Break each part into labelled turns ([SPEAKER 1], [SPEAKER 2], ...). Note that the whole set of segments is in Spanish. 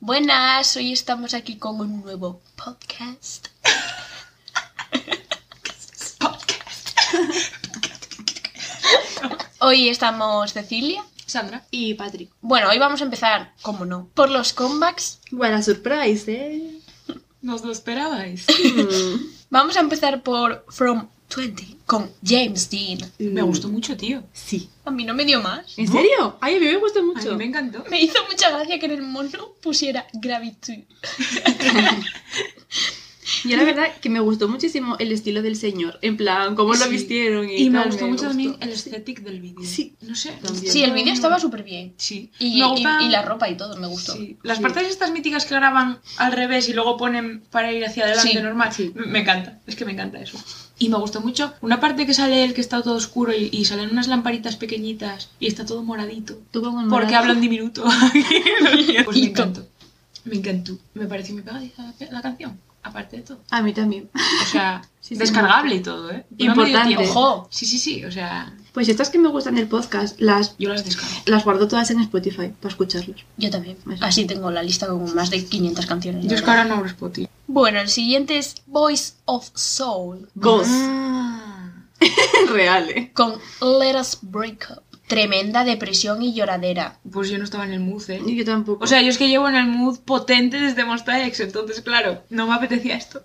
[SPEAKER 1] Buenas, hoy estamos aquí con un nuevo podcast. Hoy estamos Cecilia.
[SPEAKER 2] Sandra.
[SPEAKER 3] Y Patrick.
[SPEAKER 1] Bueno, hoy vamos a empezar, como no, por los comebacks.
[SPEAKER 3] Buena surprise, ¿eh?
[SPEAKER 2] ¿Nos lo esperabais?
[SPEAKER 3] Mm.
[SPEAKER 1] Vamos a empezar por From 20 con James Dean.
[SPEAKER 3] Mm.
[SPEAKER 2] Me gustó mucho, tío.
[SPEAKER 3] Sí.
[SPEAKER 1] A mí no me dio más.
[SPEAKER 3] ¿En serio? Ay, a mí me gustó
[SPEAKER 2] A
[SPEAKER 3] mucho.
[SPEAKER 2] mí me encantó.
[SPEAKER 1] Me hizo mucha gracia que en el mono pusiera Gravity.
[SPEAKER 3] Yo la verdad que me gustó muchísimo el estilo del señor. En plan, cómo lo
[SPEAKER 2] Sí.
[SPEAKER 3] vistieron y,
[SPEAKER 2] Y me
[SPEAKER 3] tal,
[SPEAKER 2] gustó mucho también el
[SPEAKER 3] Sí.
[SPEAKER 2] aesthetic del vídeo.
[SPEAKER 3] Sí.
[SPEAKER 2] No sé.
[SPEAKER 3] También.
[SPEAKER 1] Sí, el vídeo estaba súper bien.
[SPEAKER 2] Sí.
[SPEAKER 1] Y,
[SPEAKER 2] Me
[SPEAKER 1] y-
[SPEAKER 2] gusta-
[SPEAKER 1] y la ropa y todo, me gustó.
[SPEAKER 2] Sí. Las
[SPEAKER 3] Sí.
[SPEAKER 2] partes estas míticas que graban al revés y luego ponen para ir hacia adelante
[SPEAKER 1] Sí,
[SPEAKER 2] normal.
[SPEAKER 3] sí.
[SPEAKER 2] Me- Me encanta, es que me encanta eso. Y me gustó mucho una parte que sale el que está todo oscuro y, y salen unas lamparitas pequeñitas y está todo moradito.
[SPEAKER 3] Tú con un
[SPEAKER 2] Porque
[SPEAKER 3] morado.
[SPEAKER 2] hablan diminuto. pues
[SPEAKER 1] Hito.
[SPEAKER 2] me encantó. Me encantó. Me pareció muy pegadiza la, la canción, aparte de todo.
[SPEAKER 3] A mí también.
[SPEAKER 2] O sea,
[SPEAKER 3] Sí, sí,
[SPEAKER 2] descargable y todo, ¿eh? No me dio
[SPEAKER 3] Importante.
[SPEAKER 2] tiempo.
[SPEAKER 1] Ojo.
[SPEAKER 2] Sí, sí, sí. O sea,
[SPEAKER 3] Pues estas que me gustan del podcast, las,
[SPEAKER 2] yo las descargo.
[SPEAKER 3] las guardo todas en Spotify para escucharlas.
[SPEAKER 1] Yo también.
[SPEAKER 3] Eso.
[SPEAKER 1] Así tengo la lista con más de 500 canciones. la
[SPEAKER 2] Yo es que
[SPEAKER 1] verdad.
[SPEAKER 2] ahora no abro Spotify.
[SPEAKER 1] Bueno, el siguiente es Voice of Soul
[SPEAKER 3] Ghost.
[SPEAKER 2] Ah.
[SPEAKER 3] Real, ¿eh?
[SPEAKER 1] con Let Us Break Up. Tremenda depresión y lloradera.
[SPEAKER 2] Pues yo no estaba en el mood, ¿eh?
[SPEAKER 3] Yo tampoco.
[SPEAKER 2] O sea, yo es que llevo en el mood potente desde Monsta X, entonces, claro, no me apetecía esto.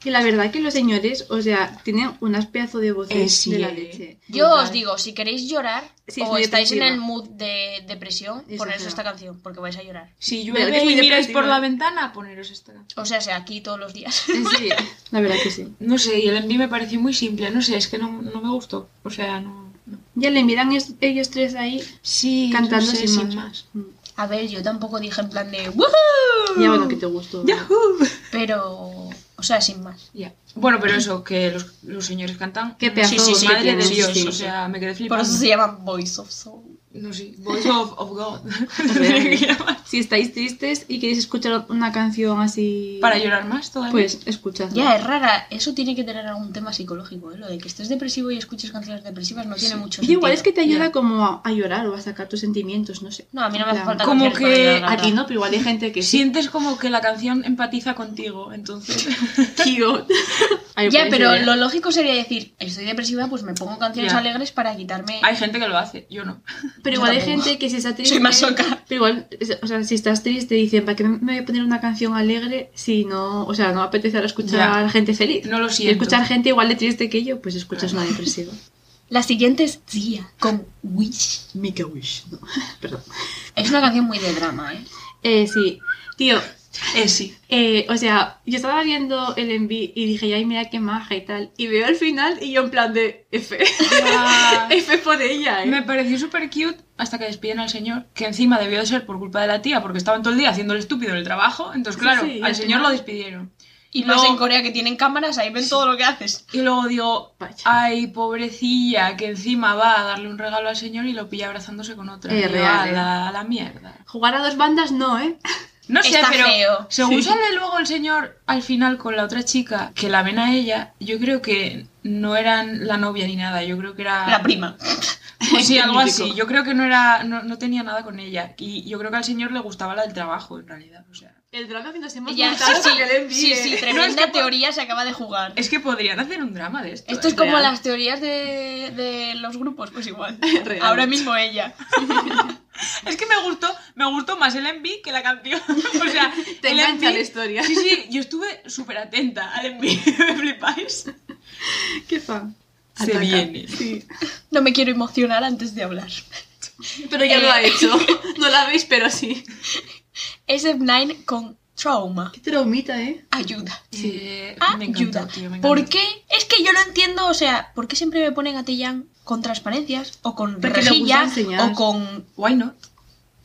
[SPEAKER 3] que la verdad que los señores, o sea, tienen unas pedazo de voces
[SPEAKER 2] Eh, sí,
[SPEAKER 3] de la
[SPEAKER 2] eh.
[SPEAKER 3] leche.
[SPEAKER 1] Yo
[SPEAKER 2] Brutal.
[SPEAKER 1] os digo, si queréis llorar
[SPEAKER 3] Sí, es
[SPEAKER 1] o
[SPEAKER 3] muy
[SPEAKER 1] estáis en el
[SPEAKER 3] depresiva.
[SPEAKER 1] mood de depresión,
[SPEAKER 3] Es
[SPEAKER 1] poneros
[SPEAKER 3] verdad.
[SPEAKER 1] esta canción porque vais a llorar.
[SPEAKER 2] Si
[SPEAKER 3] Pero que
[SPEAKER 2] llueve
[SPEAKER 3] es
[SPEAKER 2] y
[SPEAKER 3] muy
[SPEAKER 2] miráis
[SPEAKER 3] depresiva,
[SPEAKER 2] por la
[SPEAKER 3] ¿eh?
[SPEAKER 2] ventana, poneros esta canción.
[SPEAKER 1] O sea, sea aquí todos los días.
[SPEAKER 3] Eh, Sí, la verdad que sí.
[SPEAKER 2] No sé, y el envío me pareció muy simple, no sé, es que no, no me gustó. O sea, no. no.
[SPEAKER 3] Ya le miran es- ellos tres ahí
[SPEAKER 2] Sí,
[SPEAKER 3] cantando
[SPEAKER 2] no sé,
[SPEAKER 3] sin,
[SPEAKER 2] sin
[SPEAKER 3] más.
[SPEAKER 2] más.
[SPEAKER 3] Mm.
[SPEAKER 1] A ver, yo tampoco dije en plan de "Woohoo",
[SPEAKER 3] Ya bueno que te gustó.
[SPEAKER 2] ¡Yahoo!
[SPEAKER 1] pero o sea, sin más.
[SPEAKER 2] Ya. Bueno, pero eso, que los, los señores cantan.
[SPEAKER 3] Qué
[SPEAKER 2] sí, sí,
[SPEAKER 3] pedazo
[SPEAKER 2] sí,
[SPEAKER 3] que
[SPEAKER 2] madre de
[SPEAKER 3] tienen,
[SPEAKER 2] Dios.
[SPEAKER 3] sí, sí.
[SPEAKER 2] O sea, me quedé
[SPEAKER 1] Por
[SPEAKER 2] flipando.
[SPEAKER 1] eso se llama Voice of Soul.
[SPEAKER 2] No sé, Voice of, of God.
[SPEAKER 3] Si estáis tristes y queréis escuchar una canción así.
[SPEAKER 2] Para llorar más todavía.
[SPEAKER 3] Pues escuchadla.
[SPEAKER 1] Ya, es rara. Eso tiene que tener algún tema psicológico, ¿eh? Lo de que estés depresivo y escuches canciones depresivas no tiene
[SPEAKER 2] Sí.
[SPEAKER 1] mucho
[SPEAKER 3] Y
[SPEAKER 1] sentido.
[SPEAKER 3] igual es que te ayuda
[SPEAKER 2] Ya.
[SPEAKER 3] como a, a llorar o a sacar tus sentimientos, no sé.
[SPEAKER 1] No, a mí no me hace
[SPEAKER 3] Claro.
[SPEAKER 1] falta
[SPEAKER 2] Como
[SPEAKER 1] canciones para
[SPEAKER 2] que
[SPEAKER 1] llorar, la
[SPEAKER 3] A ti
[SPEAKER 1] verdad.
[SPEAKER 3] no, pero igual hay gente que sí.
[SPEAKER 2] Sientes como que la canción empatiza contigo, entonces.
[SPEAKER 3] Tío. Ay,
[SPEAKER 1] Ya,
[SPEAKER 3] parece
[SPEAKER 1] pero
[SPEAKER 3] bien.
[SPEAKER 1] lo lógico sería decir, estoy depresiva, pues me pongo canciones
[SPEAKER 2] ¿eh? Ya.
[SPEAKER 1] alegres para quitarme...
[SPEAKER 2] Hay gente que lo hace, yo no.
[SPEAKER 3] Pero
[SPEAKER 1] Yo
[SPEAKER 3] igual hay
[SPEAKER 1] tampoco.
[SPEAKER 3] gente que si está triste.
[SPEAKER 1] Soy masoca.
[SPEAKER 3] Pero igual, es- o sea, si estás triste, dicen, ¿para qué me voy a poner una canción alegre si no. O sea, no me apetece ahora escuchar
[SPEAKER 2] Ya.
[SPEAKER 3] gente feliz?
[SPEAKER 2] No lo
[SPEAKER 3] Si
[SPEAKER 2] siento.
[SPEAKER 3] escuchar gente igual de triste que yo, pues escuchas una depresiva.
[SPEAKER 1] La siguiente es Zia con Wish.
[SPEAKER 3] Make a wish. No, perdón.
[SPEAKER 1] Es una canción muy de drama, ¿eh?
[SPEAKER 3] Eh, sí. Tío,
[SPEAKER 2] Eh, sí.
[SPEAKER 3] Eh, o sea, yo estaba viendo el envi y dije, ay, mira qué maja y tal. Y veo el final y yo en plan de F. F por ella, eh.
[SPEAKER 2] Me pareció súper cute hasta que despiden al señor, que encima debió de ser por culpa de la tía, porque estaban todo el día haciendo el estúpido en el trabajo. Entonces,
[SPEAKER 3] Sí,
[SPEAKER 2] claro,
[SPEAKER 3] sí,
[SPEAKER 2] al
[SPEAKER 3] al
[SPEAKER 2] señor
[SPEAKER 3] final-
[SPEAKER 2] lo despidieron.
[SPEAKER 1] Y
[SPEAKER 2] No.
[SPEAKER 1] más en Corea que tienen cámaras, ahí ven todo lo que haces.
[SPEAKER 2] Y luego digo,
[SPEAKER 3] Vaya.
[SPEAKER 2] ay, pobrecilla, que encima va a darle un regalo al señor y lo pilla abrazándose con otra. Y
[SPEAKER 3] Eh,
[SPEAKER 2] digo,
[SPEAKER 3] real,
[SPEAKER 2] "Ala,
[SPEAKER 3] eh.
[SPEAKER 2] a la, mierda.
[SPEAKER 3] Jugar a dos bandas no, eh.
[SPEAKER 2] No sé,
[SPEAKER 1] Está
[SPEAKER 2] pero
[SPEAKER 1] feo.
[SPEAKER 2] según
[SPEAKER 3] Sí.
[SPEAKER 2] sale luego el señor al final con la otra chica que la ven a ella, yo creo que no eran la novia ni nada, yo creo que era...
[SPEAKER 1] La prima.
[SPEAKER 2] Pues sí, algo
[SPEAKER 3] Mítico.
[SPEAKER 2] así. Yo creo que no era, no, no tenía nada con ella. Y yo creo que al señor le gustaba la del trabajo, en realidad. O sea,
[SPEAKER 3] El drama que nos hemos
[SPEAKER 1] Ya, sí,
[SPEAKER 3] montado
[SPEAKER 1] sí,
[SPEAKER 3] con el envi,
[SPEAKER 1] sí,
[SPEAKER 3] eh.
[SPEAKER 1] sí,
[SPEAKER 2] No,
[SPEAKER 1] tremenda
[SPEAKER 2] es que por-
[SPEAKER 1] teoría se acaba de jugar.
[SPEAKER 2] es que podrían hacer un drama de esto.
[SPEAKER 1] Esto es
[SPEAKER 2] ¿eh?
[SPEAKER 1] como
[SPEAKER 3] real.
[SPEAKER 1] las teorías de, de los grupos, pues igual.
[SPEAKER 3] Real.
[SPEAKER 1] Ahora mismo ella.
[SPEAKER 2] Es que me gustó, me gustó más el envy que la canción. O sea,
[SPEAKER 3] Te
[SPEAKER 2] el
[SPEAKER 3] engancha
[SPEAKER 2] MV
[SPEAKER 3] la historia.
[SPEAKER 2] Sí, sí, yo estuve súper atenta al envy. ¿Me flipáis?
[SPEAKER 3] Qué fan.
[SPEAKER 2] Se
[SPEAKER 3] Ataca.
[SPEAKER 2] viene.
[SPEAKER 3] Sí.
[SPEAKER 1] No me quiero emocionar antes de hablar.
[SPEAKER 3] Pero ya
[SPEAKER 1] Eh.
[SPEAKER 3] lo ha hecho. No la veis, pero sí.
[SPEAKER 1] SF9 con Trauma.
[SPEAKER 3] Qué traumita, eh.
[SPEAKER 1] Ayuda.
[SPEAKER 3] Sí.
[SPEAKER 2] Eh, me
[SPEAKER 1] Ayuda.
[SPEAKER 2] encantó, tío, me encantó.
[SPEAKER 1] Ah, ¿Por qué? Es que yo no entiendo, o sea, ¿por qué siempre me ponen a Tellán con transparencias o con
[SPEAKER 3] Porque le gusta
[SPEAKER 1] rejilla
[SPEAKER 3] enseñar.
[SPEAKER 1] o con...
[SPEAKER 2] Why not?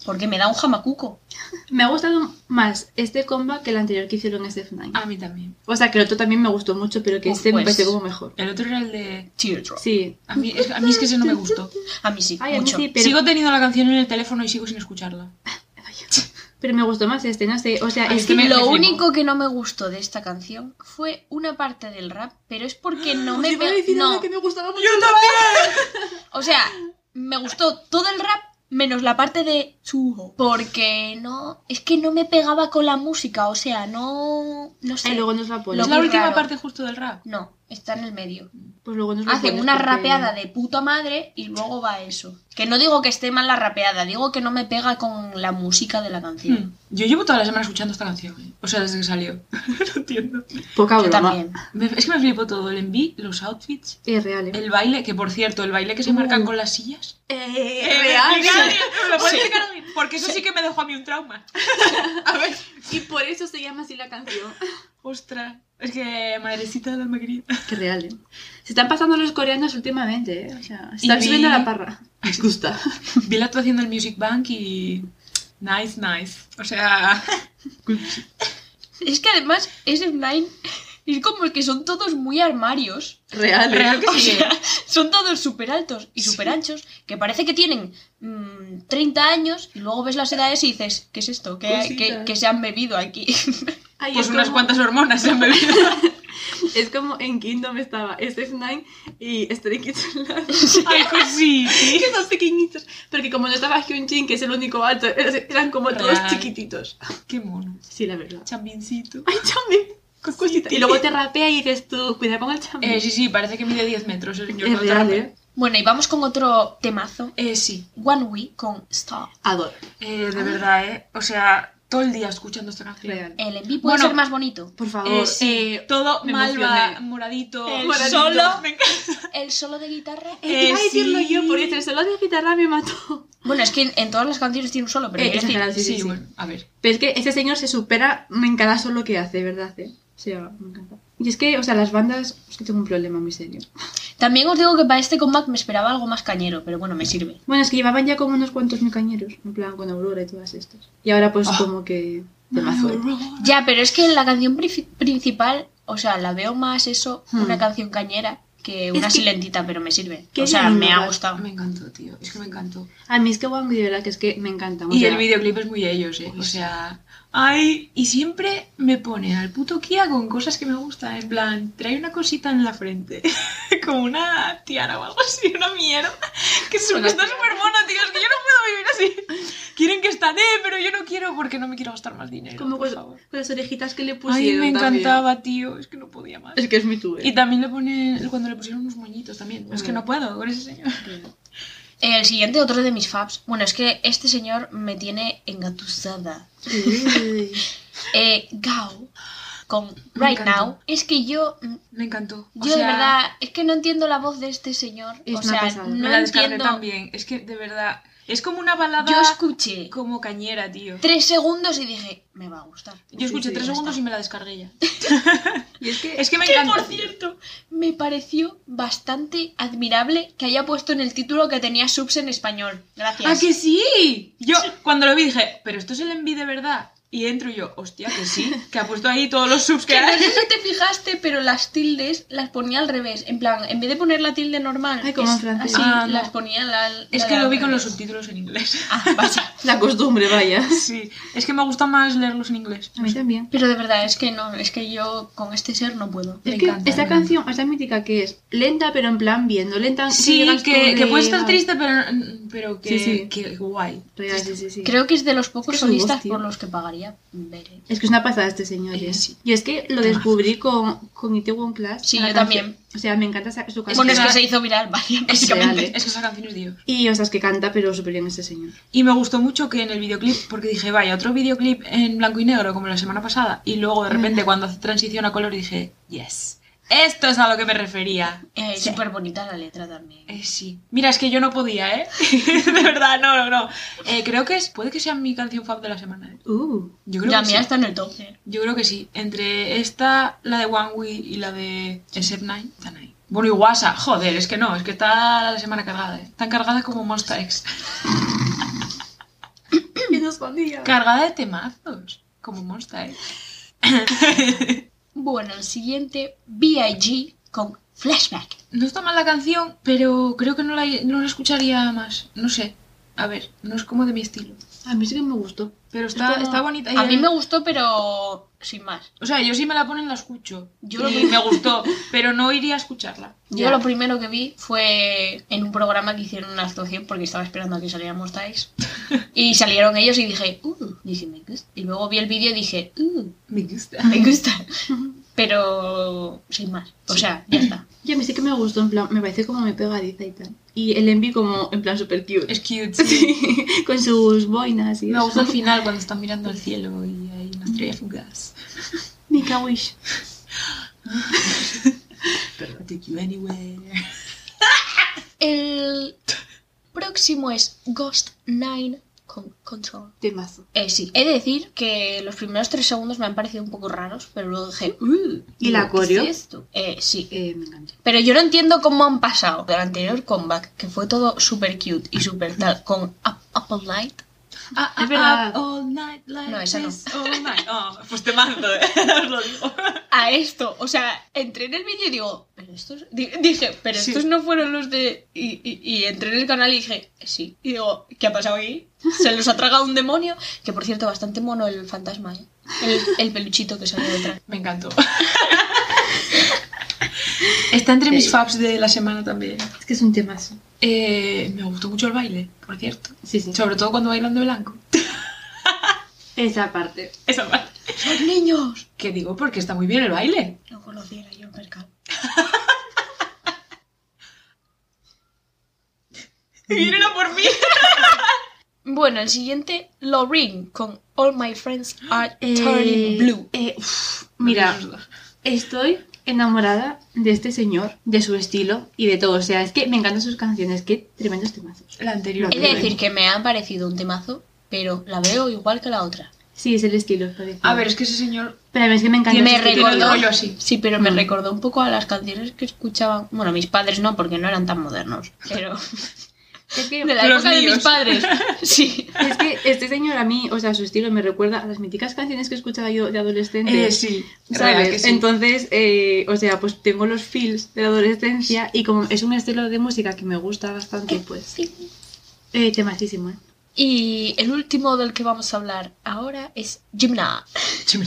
[SPEAKER 1] Porque me da un jamacuco.
[SPEAKER 3] Me ha gustado más este comba que el anterior que hicieron en SF9.
[SPEAKER 2] A mí también.
[SPEAKER 3] O sea, que el otro también me gustó mucho, pero que
[SPEAKER 1] Uf,
[SPEAKER 3] este me
[SPEAKER 1] pues.
[SPEAKER 3] pareció como mejor.
[SPEAKER 2] El otro era el de...
[SPEAKER 1] Teardrop.
[SPEAKER 3] Sí.
[SPEAKER 2] A mí, es, a mí es que ese no me gustó.
[SPEAKER 1] A mí sí,
[SPEAKER 3] Ay, a mí
[SPEAKER 1] mucho.
[SPEAKER 3] sí, pero...
[SPEAKER 2] Sigo teniendo la canción en el teléfono y sigo sin escucharla.
[SPEAKER 3] Pero me gustó más este, no sé. O sea,
[SPEAKER 2] Ay,
[SPEAKER 3] es
[SPEAKER 2] es
[SPEAKER 3] que
[SPEAKER 2] que me-
[SPEAKER 1] Lo
[SPEAKER 2] flipó.
[SPEAKER 1] único que no me gustó de esta canción fue una parte del rap, pero es porque no me... pe- no.
[SPEAKER 3] me gustaba mucho.
[SPEAKER 2] también!
[SPEAKER 1] O sea, me gustó todo el rap, menos la parte de Chuho, porque no, es que no me pegaba con la música, o sea, no, no sé.
[SPEAKER 3] Ay, luego nos la pones.
[SPEAKER 2] Es
[SPEAKER 1] Lo
[SPEAKER 2] la
[SPEAKER 1] muy
[SPEAKER 2] última
[SPEAKER 1] raro.
[SPEAKER 2] parte justo del rap.
[SPEAKER 1] No, está en el medio.
[SPEAKER 3] Pues luego nos la
[SPEAKER 1] Hacen
[SPEAKER 3] pones
[SPEAKER 1] Ah, una
[SPEAKER 3] porque-
[SPEAKER 1] rapeada de puta madre y luego va eso. Que no digo que esté mal la rapeada, digo que no me pega con la música de la canción.
[SPEAKER 2] Hmm. Yo llevo toda la semana escuchando esta canción, ¿eh? o sea, desde que salió. no entiendo.
[SPEAKER 3] Poca
[SPEAKER 1] Yo
[SPEAKER 3] broma.
[SPEAKER 1] también.
[SPEAKER 2] Me- es que me flipo todo, el enví, los outfits,
[SPEAKER 3] Es real, ¿eh?
[SPEAKER 2] el baile, que por cierto, el baile que se
[SPEAKER 1] Uh.
[SPEAKER 2] marcan con las sillas.
[SPEAKER 3] Eh,
[SPEAKER 2] Eh,
[SPEAKER 3] real.
[SPEAKER 2] mira, mira, ¿me lo puedes
[SPEAKER 1] Sí.
[SPEAKER 2] explicar a mí? Porque eso sí que me dejó a mí un trauma. a ver.
[SPEAKER 3] Y por eso se llama así la canción.
[SPEAKER 2] Ostras, es que madrecita de la alegría.
[SPEAKER 3] Qué real, ¿eh? Se están pasando los coreanos últimamente, ¿eh? O sea, se
[SPEAKER 2] Y
[SPEAKER 3] están
[SPEAKER 2] vi-
[SPEAKER 3] subiendo a la parra. Me gusta.
[SPEAKER 2] Vi la actuación del Music Bank y. Nice, nice. O sea.
[SPEAKER 1] Es que además es online, es como que son todos muy armarios.
[SPEAKER 3] Real, ¿eh?
[SPEAKER 2] Real que
[SPEAKER 1] O
[SPEAKER 2] sí.
[SPEAKER 1] sea, son todos súper altos y súper anchos, que parece que tienen mm, 30 años y luego ves las edades y dices, ¿qué es esto? ¿Qué,
[SPEAKER 3] Cositas.
[SPEAKER 1] qué- qué se han bebido aquí?
[SPEAKER 3] Ay,
[SPEAKER 2] Pues
[SPEAKER 3] es
[SPEAKER 2] unas
[SPEAKER 3] como-
[SPEAKER 2] cuantas hormonas se han bebido.
[SPEAKER 3] Es como en Kingdom estaba SF9 y Stray Kids al lado.
[SPEAKER 2] Ay, pues sí.
[SPEAKER 3] Que no sé quién hizo. Porque como no estaba Hyunjin, que es el único alto, er- eran como
[SPEAKER 2] Real.
[SPEAKER 3] todos chiquititos.
[SPEAKER 2] Qué mono.
[SPEAKER 3] Sí, la verdad.
[SPEAKER 2] Champincito.
[SPEAKER 3] Ay, Chami.
[SPEAKER 2] Cosita.
[SPEAKER 3] Y luego te rapea y dices tú, cuidado con el Chami.
[SPEAKER 2] Eh, sí, sí, parece que mide 10 metros. el señor
[SPEAKER 3] es
[SPEAKER 2] no
[SPEAKER 3] real,
[SPEAKER 2] atrapa.
[SPEAKER 3] ¿eh?
[SPEAKER 1] bueno, y vamos con otro temazo,
[SPEAKER 2] Eh, sí.
[SPEAKER 1] One Week con Star.
[SPEAKER 3] Adoro.
[SPEAKER 2] Eh, de verdad, ¿eh? O sea, todo el día escuchando esta canción.
[SPEAKER 3] Ah. Real.
[SPEAKER 1] El envi puede
[SPEAKER 2] Bueno,
[SPEAKER 1] ser más bonito.
[SPEAKER 3] Por favor.
[SPEAKER 2] Eh, sí,
[SPEAKER 3] eh,
[SPEAKER 2] todo
[SPEAKER 3] me
[SPEAKER 2] malva,
[SPEAKER 3] emocioné.
[SPEAKER 2] moradito,
[SPEAKER 1] El
[SPEAKER 2] moradito.
[SPEAKER 1] solo.
[SPEAKER 2] Me encanta.
[SPEAKER 1] El solo de guitarra.
[SPEAKER 3] eh, te iba a
[SPEAKER 2] eh,
[SPEAKER 3] decirlo
[SPEAKER 2] sí.
[SPEAKER 3] yo, porque el solo de guitarra me mató.
[SPEAKER 1] Bueno, es que en, en todas las canciones tiene un solo, pero
[SPEAKER 3] Eh,
[SPEAKER 1] quiero decir,
[SPEAKER 3] exagerado,
[SPEAKER 2] Sí, bueno, a ver.
[SPEAKER 3] Pero es que este señor se supera en cada solo que hace, ¿verdad? eh? O sea, me encanta. Y es que, o sea, las bandas, es que tengo un problema muy serio.
[SPEAKER 1] también os digo que para este comeback me esperaba algo más cañero, pero bueno, me sirve.
[SPEAKER 3] Bueno, es que llevaban ya como unos cuantos micañeros, en plan con Aurora y todas estas. Y ahora pues
[SPEAKER 2] Ah.
[SPEAKER 3] como que... Temazo, eh.
[SPEAKER 1] Ya, pero es que la canción pri- principal, o sea, la veo más eso,
[SPEAKER 3] Hmm.
[SPEAKER 1] una canción cañera, que una
[SPEAKER 3] que-
[SPEAKER 1] silentita, pero me sirve.
[SPEAKER 3] que
[SPEAKER 1] O sea,
[SPEAKER 3] ella
[SPEAKER 1] me ha
[SPEAKER 3] innova.
[SPEAKER 1] gustado.
[SPEAKER 2] Me encantó, tío. Es que me encantó.
[SPEAKER 3] A mí es que Wango de verdad que es que me encanta. o
[SPEAKER 2] Y
[SPEAKER 3] sea,
[SPEAKER 2] el videoclip es muy ellos, ¿eh? O sea, ay, y siempre me ponen al puto Kia con cosas que me gustan. En plan, trae una cosita en la frente, como una tiara o algo así, una mierda. Que es
[SPEAKER 3] Una
[SPEAKER 2] está
[SPEAKER 3] tiara.
[SPEAKER 2] súper mono, tío. Es que yo no puedo vivir así. Quieren que estaré, pero yo no quiero porque no me quiero gastar más dinero.
[SPEAKER 3] Como
[SPEAKER 2] por
[SPEAKER 3] con,
[SPEAKER 2] favor.
[SPEAKER 3] con las orejitas que le
[SPEAKER 2] Ay,
[SPEAKER 3] pusieron
[SPEAKER 2] me
[SPEAKER 3] también.
[SPEAKER 2] encantaba, tío. Es que no podía más.
[SPEAKER 3] Es que es muy tú,
[SPEAKER 2] Y también le ponen, cuando le pusieron unos moñitos también. Es que no puedo con ese señor.
[SPEAKER 1] Eh, El siguiente, otro de mis faps. Bueno, es que este señor me tiene engatusada. Eh, Gao, con
[SPEAKER 2] Me
[SPEAKER 1] Right
[SPEAKER 2] encanta.
[SPEAKER 1] Now. Es que yo, mm,
[SPEAKER 2] Me encantó. O
[SPEAKER 1] yo de
[SPEAKER 2] sea,
[SPEAKER 1] verdad, es que no entiendo la voz de este señor.
[SPEAKER 3] Es
[SPEAKER 1] o
[SPEAKER 3] una
[SPEAKER 1] sea,
[SPEAKER 3] pasada. Me
[SPEAKER 2] Me
[SPEAKER 1] no
[SPEAKER 2] la descargué
[SPEAKER 1] entiendo.
[SPEAKER 2] también. Es que, de verdad, es como una balada
[SPEAKER 1] Yo escuché
[SPEAKER 2] como cañera, tío.
[SPEAKER 1] tres segundos y dije, me va a gustar.
[SPEAKER 2] Yo escuché
[SPEAKER 3] Sí, sí,
[SPEAKER 2] tres
[SPEAKER 1] ya
[SPEAKER 2] segundos
[SPEAKER 1] está.
[SPEAKER 2] y me la descargué ya.
[SPEAKER 3] Y es que...
[SPEAKER 2] Es que me
[SPEAKER 1] Que
[SPEAKER 2] encanta.
[SPEAKER 1] por cierto, me pareció bastante admirable que haya puesto en el título que tenía subs en español. Gracias.
[SPEAKER 2] ¡Ah, que sí! Yo, cuando lo vi, dije, pero esto es el envi de verdad. Y entro y yo, hostia, que sí, que ha puesto ahí todos los subs que
[SPEAKER 1] Que no
[SPEAKER 2] hay.
[SPEAKER 1] sé si te fijaste, pero las tildes las ponía al revés. En plan, en vez de poner la tilde normal,
[SPEAKER 3] Ay, como
[SPEAKER 1] es
[SPEAKER 3] en francés.
[SPEAKER 1] así,
[SPEAKER 2] Ah, no.
[SPEAKER 1] las ponía la, la
[SPEAKER 2] Es
[SPEAKER 1] de
[SPEAKER 2] que lo
[SPEAKER 1] al
[SPEAKER 2] vi con los
[SPEAKER 1] revés.
[SPEAKER 2] subtítulos en inglés.
[SPEAKER 1] Ah, vaya.
[SPEAKER 3] La costumbre, vaya.
[SPEAKER 2] Sí, es que me gusta más leerlos en inglés.
[SPEAKER 3] A mí también.
[SPEAKER 1] Pero de verdad, es que no, es que yo con este ser no puedo.
[SPEAKER 2] Me
[SPEAKER 3] Es que
[SPEAKER 2] encanta,
[SPEAKER 3] esta
[SPEAKER 2] me
[SPEAKER 3] canción, esta mítica que es lenta pero en plan viendo, lenta...
[SPEAKER 2] Sí,
[SPEAKER 3] llegas Ah, tú
[SPEAKER 2] que,
[SPEAKER 3] de-
[SPEAKER 2] que puede estar triste, pero, pero que,
[SPEAKER 3] Sí, sí.
[SPEAKER 2] que guay.
[SPEAKER 3] Real, sí, sí, sí.
[SPEAKER 1] Creo que es de los pocos
[SPEAKER 3] Es que su voz,
[SPEAKER 1] solistas
[SPEAKER 3] tío.
[SPEAKER 1] por los que pagaría ver. eh.
[SPEAKER 3] Es que es una pasada este señor,
[SPEAKER 2] Eh,
[SPEAKER 3] ¿eh?
[SPEAKER 2] sí.
[SPEAKER 3] Y es que lo descubrí con, con Itaewon Class.
[SPEAKER 1] Sí,
[SPEAKER 3] la
[SPEAKER 1] yo
[SPEAKER 3] canción.
[SPEAKER 1] también.
[SPEAKER 3] O sea, me encanta esa- su canción.
[SPEAKER 1] Bueno, es que
[SPEAKER 2] una-
[SPEAKER 1] se hizo viral, vaya,
[SPEAKER 3] real,
[SPEAKER 1] básicamente.
[SPEAKER 3] ¿eh?
[SPEAKER 2] Es que esa canción es Dios.
[SPEAKER 3] Y, o sea, es que canta, pero súper bien este señor.
[SPEAKER 2] Y me gustó mucho que en el videoclip, porque dije, vaya, otro videoclip en blanco y negro como la semana pasada, y luego de repente cuando hace transición a color dije, yes, esto es a lo que me refería.
[SPEAKER 1] Eh,
[SPEAKER 2] Sí.
[SPEAKER 1] Súper bonita la letra también.
[SPEAKER 2] Eh, sí. Mira, es que yo no podía, ¿eh? de verdad, no, no, no. Eh, creo que es, puede que sea mi canción fab de la semana, ¿eh?
[SPEAKER 3] Uh,
[SPEAKER 2] Yo creo
[SPEAKER 1] La
[SPEAKER 2] que
[SPEAKER 1] mía
[SPEAKER 2] sí.
[SPEAKER 1] está en el top. eh.
[SPEAKER 2] Yo creo que sí. Entre esta, la de One Way y la de SF9, están ahí. Bueno, y WhatsApp, joder, es que no, es que está la semana cargada, ¿eh? Tan cargada como Monster X.
[SPEAKER 3] que nos ponía.
[SPEAKER 2] Cargada de temazos, como Monster X.
[SPEAKER 1] Bueno, el siguiente, B.I.G. con Flashback.
[SPEAKER 2] No está mal la canción, pero creo que no la, no la escucharía más. No sé. A ver, no es como de mi estilo.
[SPEAKER 3] A mí sí que me gustó.
[SPEAKER 2] Pero está,
[SPEAKER 3] Es como-
[SPEAKER 2] está bonita. y
[SPEAKER 1] A mí
[SPEAKER 2] el-
[SPEAKER 1] me gustó, pero sin más.
[SPEAKER 2] O sea, yo si me la ponen la escucho.
[SPEAKER 1] Yo
[SPEAKER 2] y
[SPEAKER 1] lo-
[SPEAKER 2] me gustó, pero no iría a escucharla.
[SPEAKER 1] Yo
[SPEAKER 3] Ya.
[SPEAKER 1] lo primero que vi fue en un programa que hicieron una actuación porque estaba esperando a que saliéramos Thais. Y salieron ellos y dije, uh, dije, me gusta. Y luego vi el vídeo y dije, uh,
[SPEAKER 2] Me gusta.
[SPEAKER 1] me gusta. Pero sin más. O sea, ya está.
[SPEAKER 3] Y a mí sí que me gustó, en plan, me parece como muy pegadiza y tal. Y el Envy como, en plan, super cute.
[SPEAKER 2] Es cute.
[SPEAKER 3] Sí, con sus boinas y
[SPEAKER 2] Me
[SPEAKER 3] eso.
[SPEAKER 2] gusta el final cuando están mirando al cielo y hay una estrella fugaz.
[SPEAKER 3] Make a wish.
[SPEAKER 2] Pero I'll take you anywhere.
[SPEAKER 1] El próximo es Ghost 9 con Control.
[SPEAKER 3] Temazo.
[SPEAKER 1] Eh, sí, he de decir que los primeros tres segundos me han parecido un poco raros, pero luego dije, uh,
[SPEAKER 3] ¿Y la
[SPEAKER 1] digo, ¿qué
[SPEAKER 3] coreo?
[SPEAKER 1] es esto? Eh, sí,
[SPEAKER 3] Eh, me encanta.
[SPEAKER 1] Pero yo no entiendo cómo han pasado del anterior comeback, que fue todo super cute y super tal, con Up, Up All Night.
[SPEAKER 2] Ah, ah,
[SPEAKER 3] Es verdad.
[SPEAKER 2] ah, all night like
[SPEAKER 1] No, esa no.
[SPEAKER 2] this, all night. Oh, pues te mando, eh. Os lo digo.
[SPEAKER 1] A esto, o sea, entré en el vídeo y digo, pero estos, di- dije, pero
[SPEAKER 2] Sí.
[SPEAKER 1] estos no fueron los de... Y, y- y entré en el canal y dije, sí. Y digo, ¿qué ha pasado ahí? Se los ha tragado un demonio, que por cierto, bastante mono el fantasma, ¿eh? El, el peluchito que salió detrás.
[SPEAKER 2] Me encantó. Está entre mis
[SPEAKER 1] Eh.
[SPEAKER 2] faps de la semana también.
[SPEAKER 3] Es que es un temazo.
[SPEAKER 2] Eh, me gustó mucho el baile, por cierto.
[SPEAKER 3] Sí, sí.
[SPEAKER 2] Sobre todo cuando bailan de blanco.
[SPEAKER 3] Esa parte.
[SPEAKER 2] Esa parte.
[SPEAKER 1] ¡Son niños!
[SPEAKER 2] Que digo porque está muy bien el baile.
[SPEAKER 1] No conociera yo el mercado.
[SPEAKER 2] Vienen a por mí.
[SPEAKER 1] Bueno, el siguiente, Loreen, con All My Friends Are Turning Blue.
[SPEAKER 3] eh, uf, mira, estoy enamorada de este señor, de su estilo y de todo. O sea, es que me encantan sus canciones. Qué tremendos temazos.
[SPEAKER 2] La anterior.
[SPEAKER 1] He de decir que me han parecido un temazo, pero la veo igual que la otra.
[SPEAKER 3] Sí, es el estilo. parece.
[SPEAKER 2] A ver, es que ese señor
[SPEAKER 3] Pero a mí es que me encanta.
[SPEAKER 1] Me
[SPEAKER 3] su estilo.
[SPEAKER 2] tiene el
[SPEAKER 1] recordó-
[SPEAKER 2] rollo así.
[SPEAKER 1] Sí, pero me
[SPEAKER 3] Mm.
[SPEAKER 1] recordó un poco a las canciones que escuchaban. Bueno, mis padres no, porque no eran tan modernos, pero
[SPEAKER 3] Es que,
[SPEAKER 1] de la
[SPEAKER 2] Los
[SPEAKER 1] época de
[SPEAKER 2] míos.
[SPEAKER 1] mis padres. Sí.
[SPEAKER 3] es que este señor a mí, o sea, su estilo me recuerda a las míticas canciones que escuchaba yo de adolescente.
[SPEAKER 2] Eh, sí,
[SPEAKER 3] ¿Sabes?
[SPEAKER 2] real que sí.
[SPEAKER 3] Entonces, eh, o sea, pues tengo los feels de la adolescencia y como es un estilo de música que me gusta bastante, pues eh, temacísimo, ¿eh?
[SPEAKER 1] Y el último del que vamos a hablar ahora es Gymna
[SPEAKER 2] Sí,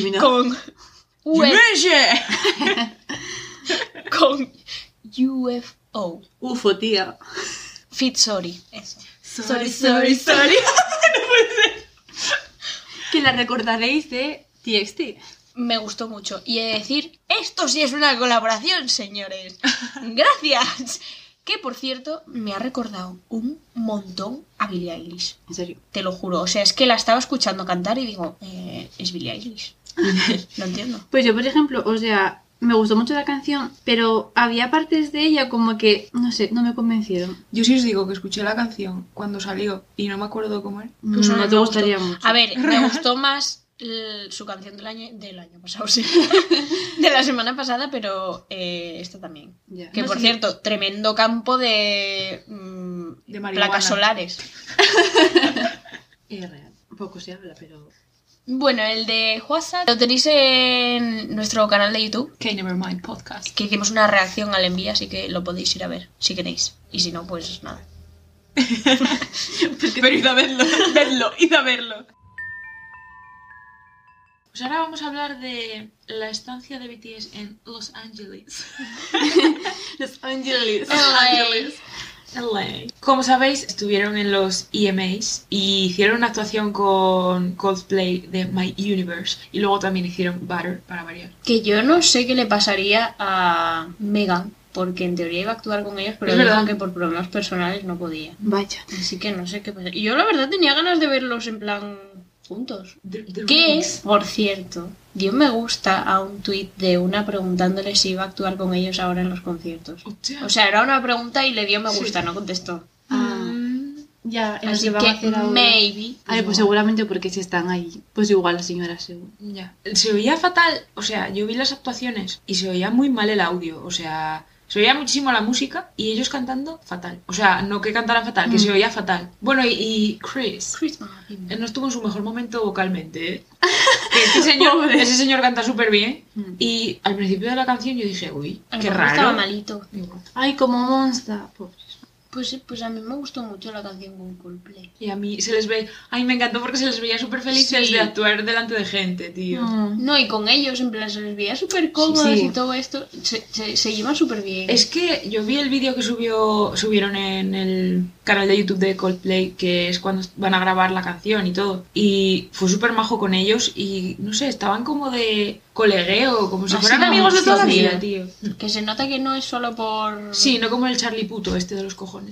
[SPEAKER 2] mira.
[SPEAKER 1] con
[SPEAKER 2] pues,
[SPEAKER 1] Ue-
[SPEAKER 2] Yumeye.
[SPEAKER 1] con UFO.
[SPEAKER 3] Ufo, tía.
[SPEAKER 1] Fit Sorry. Eso.
[SPEAKER 2] Sorry, sorry, sorry.
[SPEAKER 3] Que la recordaréis de TXT.
[SPEAKER 1] Me gustó mucho. Y he de decir, esto sí es una colaboración, señores. Gracias. Que por cierto, me ha recordado un montón a Billie Eilish.
[SPEAKER 3] En serio.
[SPEAKER 1] Te lo juro. O sea, es que la estaba escuchando cantar y digo, eh, es Billie Eilish. Lo entiendo.
[SPEAKER 3] Pues yo, por ejemplo, o sea, me gustó mucho la canción, pero había partes de ella como que, no sé, no me convencieron.
[SPEAKER 2] Yo sí os digo que escuché la canción cuando salió y no me acuerdo cómo era.
[SPEAKER 1] Pues
[SPEAKER 3] Mm, no,
[SPEAKER 1] no
[SPEAKER 3] te
[SPEAKER 1] me
[SPEAKER 3] gustaría mucho.
[SPEAKER 1] A ver, me gustó más l- su canción del año, del año pasado, sí. De la semana pasada, pero eh, esta también.
[SPEAKER 3] Ya.
[SPEAKER 1] Que
[SPEAKER 3] No,
[SPEAKER 1] por
[SPEAKER 3] sí.
[SPEAKER 1] cierto, tremendo campo de... mm,
[SPEAKER 2] De marihuana.
[SPEAKER 1] placas solares.
[SPEAKER 3] Es real. Poco se habla, pero.
[SPEAKER 1] Bueno, el de WhatsApp lo tenéis en nuestro canal de YouTube,
[SPEAKER 2] Okay, never mind, podcast.
[SPEAKER 1] que hicimos una reacción al envío, así que lo podéis ir a ver si queréis. Y si no, pues nada.
[SPEAKER 2] Pero id a verlo, verlo, id a verlo. Pues ahora vamos a hablar de la estancia de BTS en Los Ángeles.
[SPEAKER 3] Los Angeles.
[SPEAKER 2] LA. Como sabéis, estuvieron en los EMAs y hicieron una actuación con Coldplay de My Universe y luego también hicieron Butter para variar.
[SPEAKER 1] Que yo no sé qué le pasaría a Megan, porque en teoría iba a actuar con ellos, pero
[SPEAKER 2] Es
[SPEAKER 1] dijo
[SPEAKER 2] verdad.
[SPEAKER 1] que por problemas personales no podía.
[SPEAKER 3] Vaya.
[SPEAKER 1] Así que no sé qué pasaría. Yo la verdad tenía ganas de verlos en plan juntos.
[SPEAKER 2] The- the
[SPEAKER 1] ¿Qué
[SPEAKER 2] remix.
[SPEAKER 1] es, por cierto? Dio me gusta a un tuit de una preguntándole si iba a actuar con ellos ahora en los conciertos.
[SPEAKER 2] Hostia.
[SPEAKER 1] O sea, era una pregunta y le dio me gusta,
[SPEAKER 2] Sí.
[SPEAKER 1] no contestó.
[SPEAKER 3] Ah,
[SPEAKER 2] Mm.
[SPEAKER 3] ya, no
[SPEAKER 1] Así
[SPEAKER 3] sé, van a
[SPEAKER 1] que
[SPEAKER 3] hacer ahora-
[SPEAKER 1] maybe.
[SPEAKER 3] A ver, pues seguramente porque si están ahí, pues igual la señora seguro.
[SPEAKER 2] Ya. Se oía fatal, o sea, yo vi las actuaciones y se oía muy mal el audio, o sea, se oía muchísimo la música y ellos cantando fatal. O sea, no que cantaran fatal, que
[SPEAKER 3] Mm.
[SPEAKER 2] se oía fatal. Bueno, y, y Chris,
[SPEAKER 1] Christmas.
[SPEAKER 2] él no estuvo en su mejor momento vocalmente, ¿eh? Que este señor,
[SPEAKER 3] Pobre.
[SPEAKER 2] ese señor canta súper bien
[SPEAKER 3] Mm.
[SPEAKER 2] y al principio de la canción yo dije, uy,
[SPEAKER 1] A lo
[SPEAKER 2] qué
[SPEAKER 1] mejor Estaba
[SPEAKER 2] raro.
[SPEAKER 1] malito.
[SPEAKER 2] Digo,
[SPEAKER 3] Ay, como monza. Pobres.
[SPEAKER 1] Pues, pues a mí me gustó mucho la canción con Coldplay.
[SPEAKER 2] Y a mí se les ve. Ay, me encantó porque se les veía súper felices
[SPEAKER 1] Sí.
[SPEAKER 2] de actuar delante de gente, tío.
[SPEAKER 1] No, y con ellos, en plan, se les veía súper cómodos
[SPEAKER 2] Sí.
[SPEAKER 1] y todo esto. Se, se, se llevan súper bien.
[SPEAKER 2] Es que yo vi el vídeo que subió, subieron en el canal de YouTube de Coldplay, que es cuando van a grabar la canción y todo. Y fue súper majo con ellos y no sé, estaban como de colegueo, como si
[SPEAKER 1] Así
[SPEAKER 2] fueran
[SPEAKER 1] me
[SPEAKER 2] amigos de
[SPEAKER 1] gusta,
[SPEAKER 2] toda la
[SPEAKER 1] tío.
[SPEAKER 2] vida, tío.
[SPEAKER 1] Que se nota que no es solo por...
[SPEAKER 2] Sí, no como el Charlie puto este de los cojones.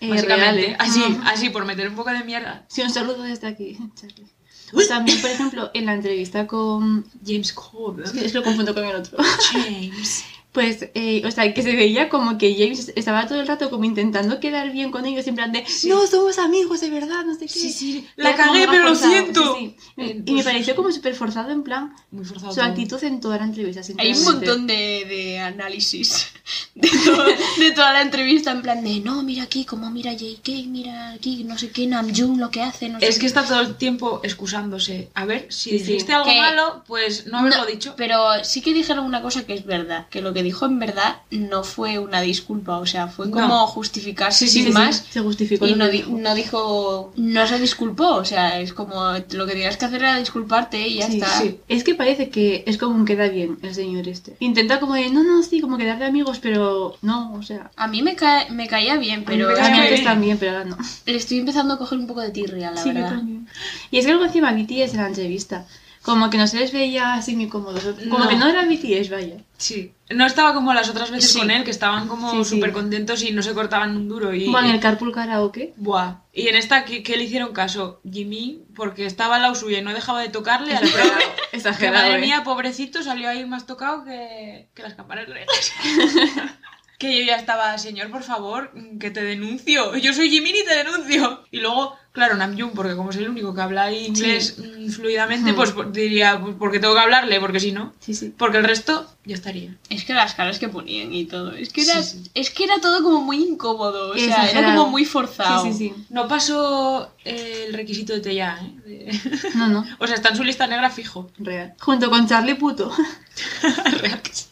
[SPEAKER 3] Eh,
[SPEAKER 2] Básicamente,
[SPEAKER 3] real, ¿eh?
[SPEAKER 2] así, así, por meter un poco de mierda.
[SPEAKER 3] Sí, un saludo desde aquí, Charlie. O sea, a mí, por ejemplo, en la entrevista con...
[SPEAKER 2] James Corbett.
[SPEAKER 3] Es que lo confundo con el otro.
[SPEAKER 2] James.
[SPEAKER 3] Pues, eh, o sea, que se veía como que James estaba todo el rato como intentando quedar bien con ellos, en plan de, no, somos amigos, de verdad, no sé qué.
[SPEAKER 2] Sí, sí.
[SPEAKER 3] Y
[SPEAKER 2] La
[SPEAKER 3] era como
[SPEAKER 2] cagué,
[SPEAKER 3] más
[SPEAKER 2] pero lo
[SPEAKER 3] forzado,
[SPEAKER 2] siento.
[SPEAKER 3] sí, sí.
[SPEAKER 2] Eh,
[SPEAKER 3] Y me
[SPEAKER 2] pues-
[SPEAKER 3] pareció como súper forzado, en plan,
[SPEAKER 2] Muy forzado.
[SPEAKER 3] su
[SPEAKER 2] todo.
[SPEAKER 3] actitud en toda la entrevista.
[SPEAKER 1] Hay un
[SPEAKER 3] sinceramente.
[SPEAKER 1] montón de, de análisis de, todo- de toda la entrevista, en plan de, no, mira aquí, como mira JK, mira aquí, no sé qué, Namjoon, lo que hace, no
[SPEAKER 2] Es
[SPEAKER 1] sé
[SPEAKER 2] que está todo el tiempo excusándose. A ver, si
[SPEAKER 3] Sí, sí.
[SPEAKER 2] dijiste algo
[SPEAKER 1] Que-
[SPEAKER 2] malo, pues no haberlo dicho.
[SPEAKER 1] Pero sí que dijeron una cosa que es verdad, que lo que dijo en verdad no fue una disculpa, o sea, fue como
[SPEAKER 2] No.
[SPEAKER 1] justificarse
[SPEAKER 2] Sí, sí,
[SPEAKER 1] sin
[SPEAKER 2] sí, sí.
[SPEAKER 1] más.
[SPEAKER 3] Se justificó.
[SPEAKER 1] Y
[SPEAKER 3] lo
[SPEAKER 1] no,
[SPEAKER 3] que
[SPEAKER 1] di-
[SPEAKER 3] dijo.
[SPEAKER 1] no dijo, no se disculpó, o sea, es como lo que tenías que hacer era disculparte y ya
[SPEAKER 3] Sí,
[SPEAKER 1] está.
[SPEAKER 3] sí. Es que parece que es como un queda bien el señor este. Intenta como de, no, no, sí, como quedar de amigos, pero no, o sea.
[SPEAKER 1] A mí me, ca- me caía bien, pero
[SPEAKER 2] me
[SPEAKER 1] es
[SPEAKER 2] caía
[SPEAKER 1] que
[SPEAKER 2] bien.
[SPEAKER 3] Antes también, pero ahora no.
[SPEAKER 1] le estoy empezando a coger un poco de tirria, la
[SPEAKER 3] Sí, yo
[SPEAKER 1] verdad.
[SPEAKER 3] también. Y es que algo encima BTS en la entrevista. Como que no se les veía así muy cómodos. Como
[SPEAKER 2] No.
[SPEAKER 3] que no eran BTS, vaya.
[SPEAKER 2] Sí. No estaba como las otras veces
[SPEAKER 1] Sí.
[SPEAKER 2] con él, que estaban como
[SPEAKER 3] Sí, sí.
[SPEAKER 2] súper contentos y no se cortaban un duro. Y...
[SPEAKER 3] Bueno, en el Carpool Karaoke.
[SPEAKER 2] Buah. Y en esta, ¿qué, qué le hicieron caso? Jimmy, porque estaba al lado suya y no dejaba de tocarle a la
[SPEAKER 3] Exagerado,
[SPEAKER 2] profe. Que
[SPEAKER 3] Exagerado.
[SPEAKER 2] madre
[SPEAKER 3] eh.
[SPEAKER 2] mía, pobrecito, salió ahí más tocado que, que las campanas de la iglesia. que yo ya estaba, señor, por favor, que te denuncio. Yo soy Jimin y te denuncio. Y luego, claro, Namjoon, porque como es el único que habla inglés mm, fluidamente,
[SPEAKER 3] Hmm.
[SPEAKER 2] pues por- diría, pues porque tengo que hablarle, porque si no.
[SPEAKER 3] Sí, sí.
[SPEAKER 2] Porque el resto ya estaría.
[SPEAKER 1] Es que las caras que ponían y todo, es que era,
[SPEAKER 2] Sí, sí.
[SPEAKER 1] Es que era todo como muy incómodo, o sea, era
[SPEAKER 3] Exagerado.
[SPEAKER 1] como muy forzado.
[SPEAKER 3] Sí, sí, sí.
[SPEAKER 2] No pasó eh, el requisito de Teya, ¿eh? De-
[SPEAKER 3] No, no.
[SPEAKER 2] o sea, está en su lista negra fijo.
[SPEAKER 3] Real. Junto con Charlie Puto.
[SPEAKER 2] Real que sí.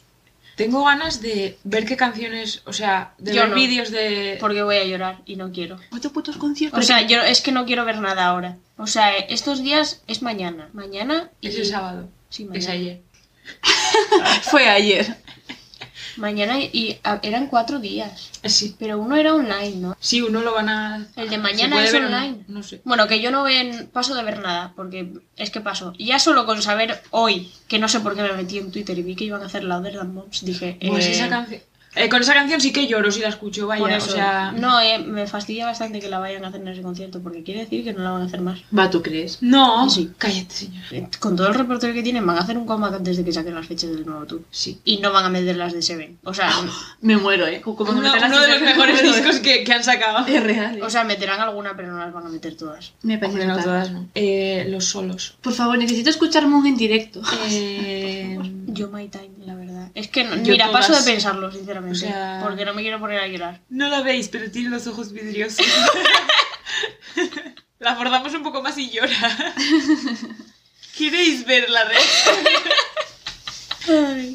[SPEAKER 2] Tengo ganas de ver qué canciones, o sea, de
[SPEAKER 1] Yo
[SPEAKER 2] ver
[SPEAKER 1] no.
[SPEAKER 2] vídeos de...
[SPEAKER 1] Porque voy a llorar y no quiero.
[SPEAKER 3] Ocho putos conciertos.
[SPEAKER 1] O sea, yo es que no quiero ver nada ahora. O sea, estos días es mañana. Mañana y...
[SPEAKER 2] Es el sábado.
[SPEAKER 1] Sí,
[SPEAKER 2] Es
[SPEAKER 1] mañana.
[SPEAKER 2] ayer.
[SPEAKER 3] Fue ayer.
[SPEAKER 1] Mañana y a- eran cuatro días.
[SPEAKER 2] Sí.
[SPEAKER 1] Pero uno era online, ¿no?
[SPEAKER 2] Sí, uno lo van a.
[SPEAKER 1] El de
[SPEAKER 2] ¿se
[SPEAKER 1] mañana
[SPEAKER 2] puede
[SPEAKER 1] es
[SPEAKER 2] ver o no?
[SPEAKER 1] online.
[SPEAKER 2] No, sé.
[SPEAKER 1] Bueno, que yo no ven, paso de ver nada, porque es que paso. Y Ya solo con saber hoy, que no sé por qué me metí en Twitter y vi que iban a hacer Louder Than Bombs, dije...
[SPEAKER 2] Pues
[SPEAKER 1] eh,
[SPEAKER 2] esa canción. eh, con esa canción sí que lloro si la escucho, vaya.
[SPEAKER 1] por eso.
[SPEAKER 2] O sea.
[SPEAKER 1] No, eh, me fastidia bastante que la vayan a hacer en ese concierto, porque quiere decir que no la van a hacer más.
[SPEAKER 3] Va, ¿tú crees?
[SPEAKER 2] No.
[SPEAKER 1] Sí.
[SPEAKER 2] Cállate, señora.
[SPEAKER 1] Eh, Con todo el repertorio que tienen, van a hacer un comeback antes de que saquen las fechas del nuevo tour.
[SPEAKER 2] Sí.
[SPEAKER 1] Y no van a meter las de Seven. O sea,
[SPEAKER 3] Me muero, ¿eh? Como me
[SPEAKER 2] Uno,
[SPEAKER 3] metan las
[SPEAKER 2] uno de los
[SPEAKER 3] chicas-
[SPEAKER 2] mejores discos que, que han sacado.
[SPEAKER 3] Es real. eh.
[SPEAKER 1] o sea, meterán alguna, pero no las van a meter todas.
[SPEAKER 3] me parece
[SPEAKER 2] Hombre, no
[SPEAKER 3] brutal.
[SPEAKER 2] todas, no. Eh, los solos.
[SPEAKER 3] Por favor, necesito escuchar Moon en directo.
[SPEAKER 2] Eh,
[SPEAKER 1] Yo My Time, la verdad. Es que, no-
[SPEAKER 2] Yo
[SPEAKER 1] mira,
[SPEAKER 2] todas.
[SPEAKER 1] paso de pensarlo, sinceramente.
[SPEAKER 2] O sea-
[SPEAKER 1] Porque no me quiero poner a llorar.
[SPEAKER 2] no la veis, pero tiene los ojos vidriosos. la forzamos un poco más y llora. ¿Queréis verla, de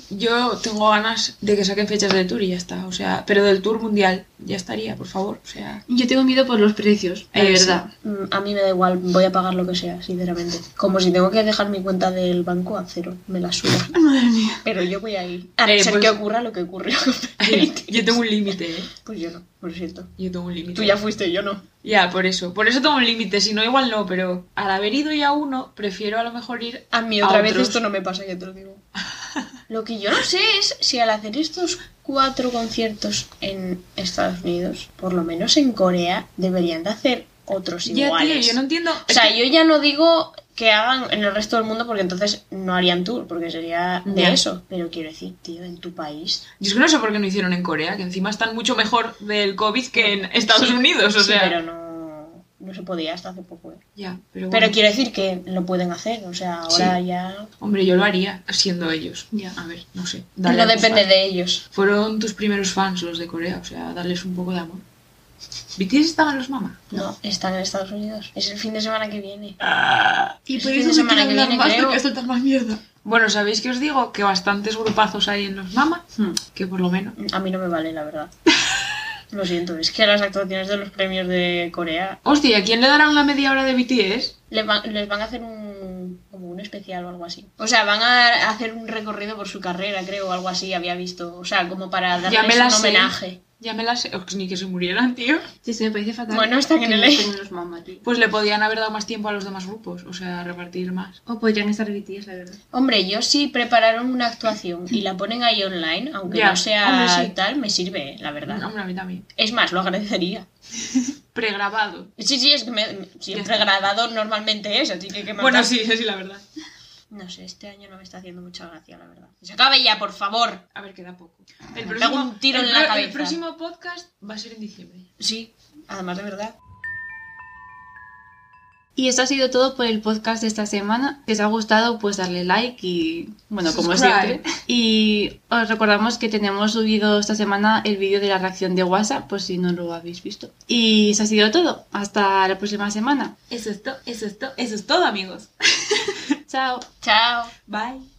[SPEAKER 2] Yo tengo ganas de que saquen fechas de tour y ya está, o sea, pero del tour mundial ya estaría, por favor, o sea,
[SPEAKER 3] Yo tengo miedo por los precios, de
[SPEAKER 2] Eh, sí.
[SPEAKER 3] verdad.
[SPEAKER 1] Mm, A mí me da igual, voy a pagar lo que sea, sinceramente. Como si tengo que dejar mi cuenta del banco a cero, me la suda.
[SPEAKER 3] Madre mía.
[SPEAKER 1] Pero yo voy a ir. A no
[SPEAKER 2] Eh,
[SPEAKER 1] ser
[SPEAKER 2] pues-
[SPEAKER 1] que ocurra lo que ocurrió con Fate.
[SPEAKER 2] yo tengo un límite, ¿eh?
[SPEAKER 1] Pues yo no, por cierto.
[SPEAKER 2] yo tengo un límite.
[SPEAKER 1] Tú ya fuiste, yo no.
[SPEAKER 2] Ya, por eso, por eso tengo un límite, si no igual no, pero al haber ido ya a uno, prefiero a lo mejor ir
[SPEAKER 1] A mí otra
[SPEAKER 2] A
[SPEAKER 1] vez
[SPEAKER 2] otros.
[SPEAKER 1] esto no me pasa, ya te lo digo. Lo que yo no sé es si al hacer estos cuatro conciertos en Estados Unidos, por lo menos en Corea, deberían de hacer otros
[SPEAKER 2] Ya, tío,
[SPEAKER 1] iguales.
[SPEAKER 2] yo no entiendo.
[SPEAKER 1] O sea, yo ya no digo que hagan en el resto del mundo porque entonces no harían tour, porque sería de
[SPEAKER 2] Ya.
[SPEAKER 1] eso. Pero quiero decir, tío, en tu país.
[SPEAKER 2] Yo es que no sé por qué no hicieron en Corea, que encima están mucho mejor del COVID que en Estados
[SPEAKER 1] Sí,
[SPEAKER 2] Unidos, o
[SPEAKER 1] sí,
[SPEAKER 2] sea.
[SPEAKER 1] pero no, no se podía hasta hace poco. ¿eh?
[SPEAKER 2] Ya, pero bueno.
[SPEAKER 1] Pero quiero decir que lo pueden hacer, o sea, ahora ya.
[SPEAKER 2] Hombre, yo lo haría siendo ellos.
[SPEAKER 3] Ya.
[SPEAKER 2] A ver, no sé. dale
[SPEAKER 1] no
[SPEAKER 2] a tus
[SPEAKER 1] depende
[SPEAKER 2] fans.
[SPEAKER 1] de ellos.
[SPEAKER 2] Fueron tus primeros fans los de Corea, o sea, darles un poco de amor. ¿BTS estaban los mamás?
[SPEAKER 1] No, están en Estados Unidos. Es el fin de semana que viene.
[SPEAKER 3] Y
[SPEAKER 1] por eso me quieren dar más porque
[SPEAKER 3] soltar más mierda.
[SPEAKER 2] Bueno, ¿sabéis que os digo?
[SPEAKER 3] Hmm.
[SPEAKER 2] Que bastantes grupazos hay en los Mama, que por lo menos.
[SPEAKER 1] A mí no me vale, la verdad. Lo siento, es que las actuaciones de los premios de Corea
[SPEAKER 2] Hostia, ¿y ¿a quién le darán una media hora de BTS?
[SPEAKER 1] les van, les van a hacer un, como un especial o algo así. O sea, van a hacer un recorrido por su carrera, creo, o algo así, había visto. O sea, como para
[SPEAKER 2] Ya me
[SPEAKER 1] darles
[SPEAKER 2] la
[SPEAKER 1] un
[SPEAKER 2] sé.
[SPEAKER 1] homenaje.
[SPEAKER 2] Ya me las... Ox, pues ni que se murieran, tío.
[SPEAKER 3] Sí, sí, me parece fatal.
[SPEAKER 1] Bueno, está que
[SPEAKER 3] que
[SPEAKER 1] no
[SPEAKER 3] no
[SPEAKER 1] le-
[SPEAKER 3] estén los mamá, tío.
[SPEAKER 2] Pues le podían haber dado más tiempo a los demás grupos, o sea, repartir más.
[SPEAKER 3] O pues podrían estar BTS, la verdad.
[SPEAKER 1] Hombre, yo si prepararon una actuación y la ponen ahí online, aunque
[SPEAKER 2] Ya,
[SPEAKER 1] no sea
[SPEAKER 2] hombre, sí.
[SPEAKER 1] tal, me sirve, la verdad.
[SPEAKER 2] Hombre, a mí también.
[SPEAKER 1] Es más, lo agradecería.
[SPEAKER 2] Pregrabado.
[SPEAKER 1] Sí, sí, es que me, me- siempre
[SPEAKER 2] está.
[SPEAKER 1] grabado normalmente es, así que hay que matar.
[SPEAKER 2] Bueno, sí, eso sí, la verdad.
[SPEAKER 1] No sé, este año no me está haciendo mucha gracia, la verdad. ¡Que ¡Se acabe ya, por favor!
[SPEAKER 2] A ver, queda poco. El
[SPEAKER 1] Me pego un tiro
[SPEAKER 2] el
[SPEAKER 1] en la
[SPEAKER 2] pro-
[SPEAKER 1] cabeza.
[SPEAKER 2] El próximo podcast va a ser en diciembre.
[SPEAKER 1] Sí, además de verdad.
[SPEAKER 3] Y esto ha sido todo por el podcast de esta semana. Si os ha gustado, pues darle like y, bueno, como
[SPEAKER 2] Subscribe.
[SPEAKER 3] siempre. Y os recordamos que tenemos subido esta semana el vídeo de la reacción de WhatsApp, por si no lo habéis visto. Y eso ha sido todo. Hasta la próxima semana.
[SPEAKER 2] Eso es todo, eso es todo, eso es todo, amigos.
[SPEAKER 3] Chao.
[SPEAKER 1] ¡Chao!
[SPEAKER 2] Bye.